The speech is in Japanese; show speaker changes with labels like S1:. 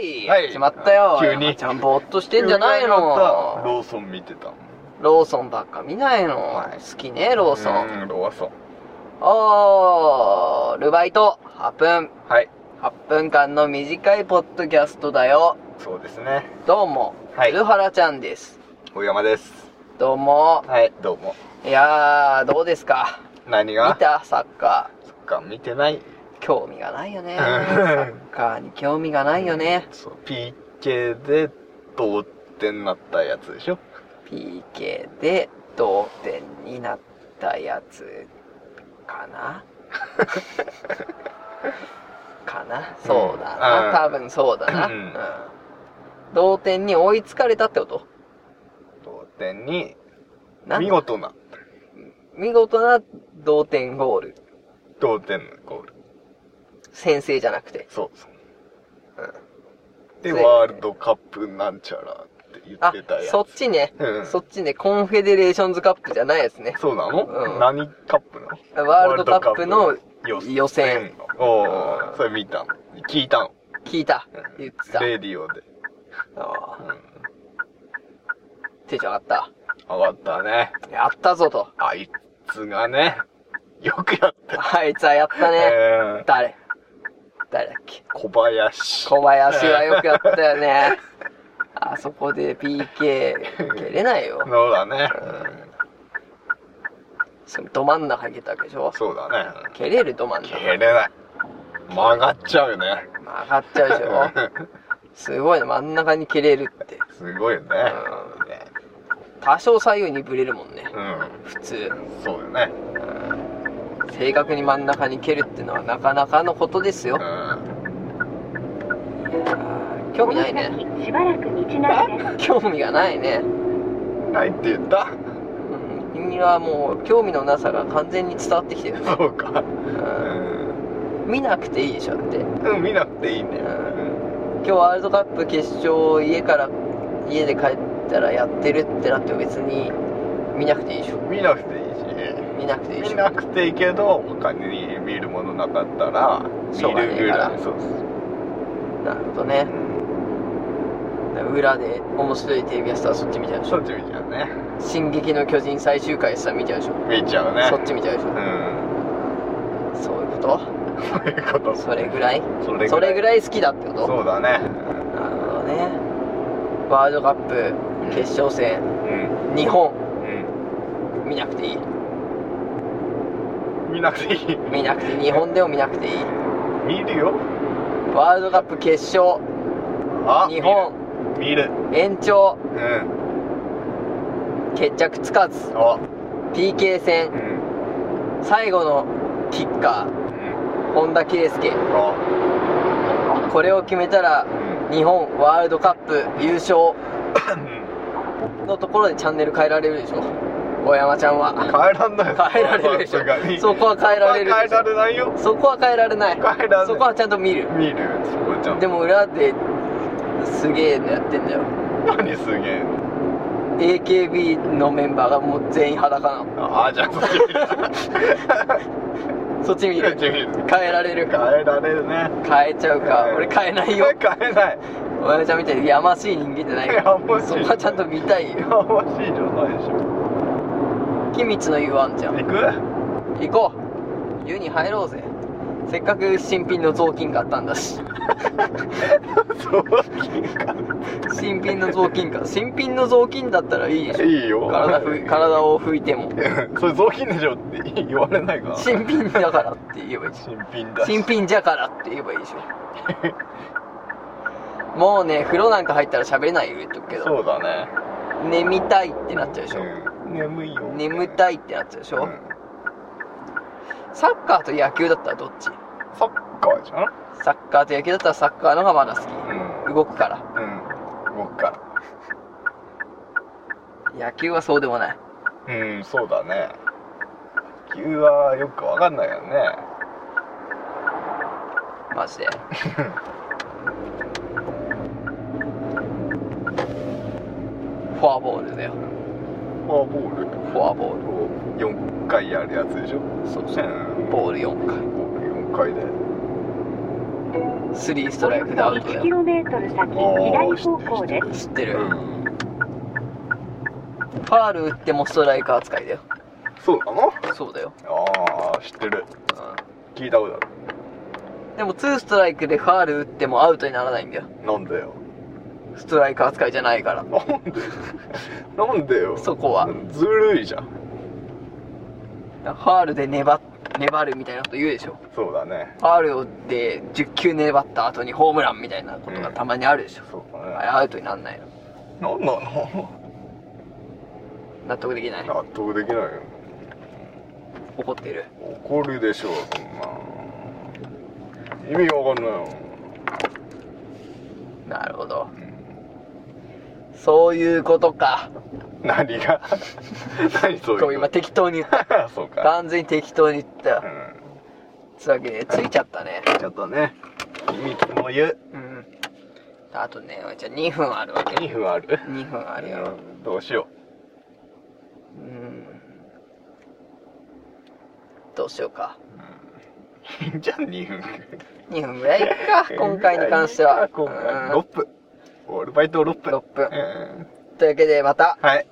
S1: い、決まったよ。
S2: 急に
S1: 山ちゃんぼーっとしてんじゃない
S2: 急に上がった
S1: の。
S2: ローソン見てた
S1: ローソンばっか見ないの。
S2: はい
S1: 好きね、ローソン。
S2: うんローソン
S1: おー、ルバイト、8分。
S2: はい
S1: 8分間の短いポッドキャストだよ。
S2: そうですね
S1: どうも、
S2: はい
S1: ルハラちゃんです。
S2: 小山です
S1: どうも。
S2: はいどうも
S1: いやー、どうですか
S2: 何
S1: 見
S2: が
S1: たサッカ
S2: そっか見てない
S1: ー。興味がないよ ね。
S2: ん
S1: サッカーに興味がないよね。
S2: そう PK で同点になったやつでしょ
S1: PK で同点になったやつかな かなそうだな、
S2: うん
S1: 多分そうだな、
S2: うん
S1: うん同点に追いつかれたってこと
S2: 同点に
S1: なん
S2: 見事な
S1: 見事な同点ゴール
S2: 同点のゴール
S1: 先制じゃなくて
S2: そうそう、うん、で
S1: つい
S2: ワールドカップなんちゃらって言
S1: あ
S2: ってたやつ
S1: そっちね、
S2: うん
S1: そっちねコンフェデレーションズカップじゃないですね
S2: そうなの、
S1: うん
S2: 何カップなの
S1: ワールドカップの予選
S2: おおそれ見たの聞いたの
S1: 聞いた
S2: うん
S1: 言ってた
S2: レディオで、
S1: あ
S2: う
S1: あ
S2: ん、
S1: テンション上がっ
S2: 上がったね
S1: たやったぞと
S2: あいつがねよくやったね、
S1: あいつはやった ね、
S2: えー
S1: 誰誰だっけ
S2: 小林
S1: 小林はよくやったよね。あそこで PK 蹴れないよ。
S2: そうだね、
S1: そのど真ん中蹴ったわけでしょ
S2: うん、そうだね、うん
S1: 蹴れるど真ん中
S2: 蹴。れない曲がっちゃうね
S1: 曲がっちゃうでしょすごいね、真ん中に蹴れるって。
S2: すごいよね
S1: 多少左右にぶれるもんね。
S2: うん
S1: 普通。
S2: そうよね
S1: 正確に真ん中に蹴るってのはなかなかのことですよ。
S2: う
S1: 興味ないね。
S3: しばらく道なりです。
S1: 興味がないね。
S2: んないって言っ
S1: う
S2: た
S1: ん。君はもう興味のなさが完全に伝わってきてる。
S2: そうかう
S1: うん
S2: ん
S1: 見なくていいでしょって。
S2: うん見なくていいね
S1: うん今日ワールドカップ決勝家から家で帰ったらやってるってなっても別に見なくていいでしょ
S2: 見なくていいし
S1: 見なくていいでし
S2: 見
S1: ょ
S2: なくていいけど他に見るものなかったら見
S1: しょうが
S2: る
S1: ねえ
S2: ぐ
S1: から
S2: らいそうそう
S1: なるほどね裏で面白いテレビやってたらそっち見ちゃうでし
S2: そ
S1: ょ
S2: っち見ちゃうね
S1: 「進撃の巨人」最終回したら見ちゃうでしょ
S2: 見ちゃうね
S1: そっち見ちゃうでし
S2: う
S1: ょ
S2: ん
S1: そういうこと
S2: そういうこと
S1: それぐらい
S2: それぐらい
S1: それぐらい好きだってこと
S2: そうだね
S1: なるほどねワールドカップ決勝戦
S2: うん
S1: 日本
S2: うん
S1: 見なくていい
S2: 見なくていい
S1: 見なくて日本でも見なくていい
S2: 見るよ
S1: ワールドカップ決勝
S2: あ
S1: 日本
S2: 見る
S1: 延長
S2: 見るうん
S1: 決着つかず
S2: あ
S1: PK
S2: う
S1: 戦
S2: ん
S1: 最後のキッカー
S2: うん
S1: 本田圭佑
S2: あ
S1: これを決めたら
S2: う
S1: 日本ワールドカップ優勝
S2: ん
S1: のところでチャンネル変えられるでしょ大山ちゃんは
S2: 変えらんない
S1: 変えられるでしょ
S2: さすがに
S1: そこは変えられるでしょ
S2: 変えられないよ
S1: そこは変えられない
S2: 変えられない
S1: そこはちゃんと見る
S2: 見るよそこちゃん
S1: で
S2: と
S1: も裏ですげえのやってんだよ
S2: 何すげえ
S1: AKB のメンバーがもう全員裸なの
S2: ああじゃあそっち見る
S1: そっち見
S2: そっ
S1: る
S2: ち見る
S1: 変えられる
S2: 変えられるね
S1: 変えちゃうか俺変えないよ
S2: 変えない
S1: 大山ちゃんみたいにやましい人間じゃないから
S2: やましい
S1: そこはちゃんと見たいよ
S2: やましいじゃないでしょ
S1: 君みつの湯あんじゃん
S2: 行く
S1: 行こう湯に入ろうぜせっかく新品の雑巾買ったんだし新品の雑巾か新品の雑巾だったらいいでしょ
S2: いいよ
S1: 体ふ体を拭いても
S2: それ雑巾でしょって言われないかな
S1: 新品だからって言えばいいでし
S2: 新品
S1: ょ
S2: だし
S1: 新品じゃからって言えばいいでしょもうね風呂なんか入ったら喋れないよ言っとくけ
S2: そ
S1: ど
S2: うだね
S1: 眠たいってなっちゃうでしょ、
S2: うん眠いよ
S1: 眠
S2: い
S1: たいってなっちゃうでしょ、サッカーと野球だったらどっち
S2: サッカーじゃん
S1: サッカーと野球だったらサッカーの方がまだ好
S2: う
S1: き
S2: ん
S1: 動くから
S2: うん動くか
S1: 野球はそうでもない
S2: らうんそうだね野球はよくわかんないよね
S1: マ ジでフォアボールだよ
S2: フォアボール
S1: フォアボール
S2: を4回やるやつでしょ
S1: そう
S2: うん
S1: ボール4回
S2: 4回で
S1: スリースト
S3: お
S1: ライ
S3: よそ
S1: クでアウトだ
S3: 1km
S1: よ
S3: 先
S2: おー
S3: 左方向です
S1: 知ってる、
S2: うん
S1: ファール打ってもストライク扱いだよ
S2: そうなの
S1: そうだよ、
S2: ああ知ってる聞いたことある
S1: うん、でもツーストライクでファール打ってもアウトにならないんだよ
S2: なんでよ
S1: ストライク扱いじゃないから
S2: なんでなんでよ
S1: そこは
S2: ずるいじゃん
S1: ファールで粘っ粘るみたいなこと言うでしょ
S2: そうだね
S1: ファールで10球粘った後にホームランみたいなことがたまにあるでしょ、
S2: そう
S1: あ
S2: だ
S1: れ
S2: ね
S1: アウトになんないの
S2: なんなの
S1: 納得できない
S2: 納得できないよ
S1: 怒ってる
S2: 怒るでしょうそんな意味わかんないよ
S1: なるほどそういうことか
S2: 何が 何そういう
S1: 今日今適当に言 った
S2: そうか
S1: 完全に適当に言った
S2: うん
S1: つうわけでついちゃったね
S2: ちょっとね秘密の湯
S1: うんあとねじゃあ2分あるわけ
S2: 2分ある
S1: 2分あるよ
S2: うんどうしよ
S1: うんどうしようか
S2: う いいんじゃん2分
S1: 2分ぐらい か今回に関しては
S2: 今回
S1: うん
S2: 6分オールバイト6分
S1: 六分
S2: うん
S1: というわけでまた
S2: はい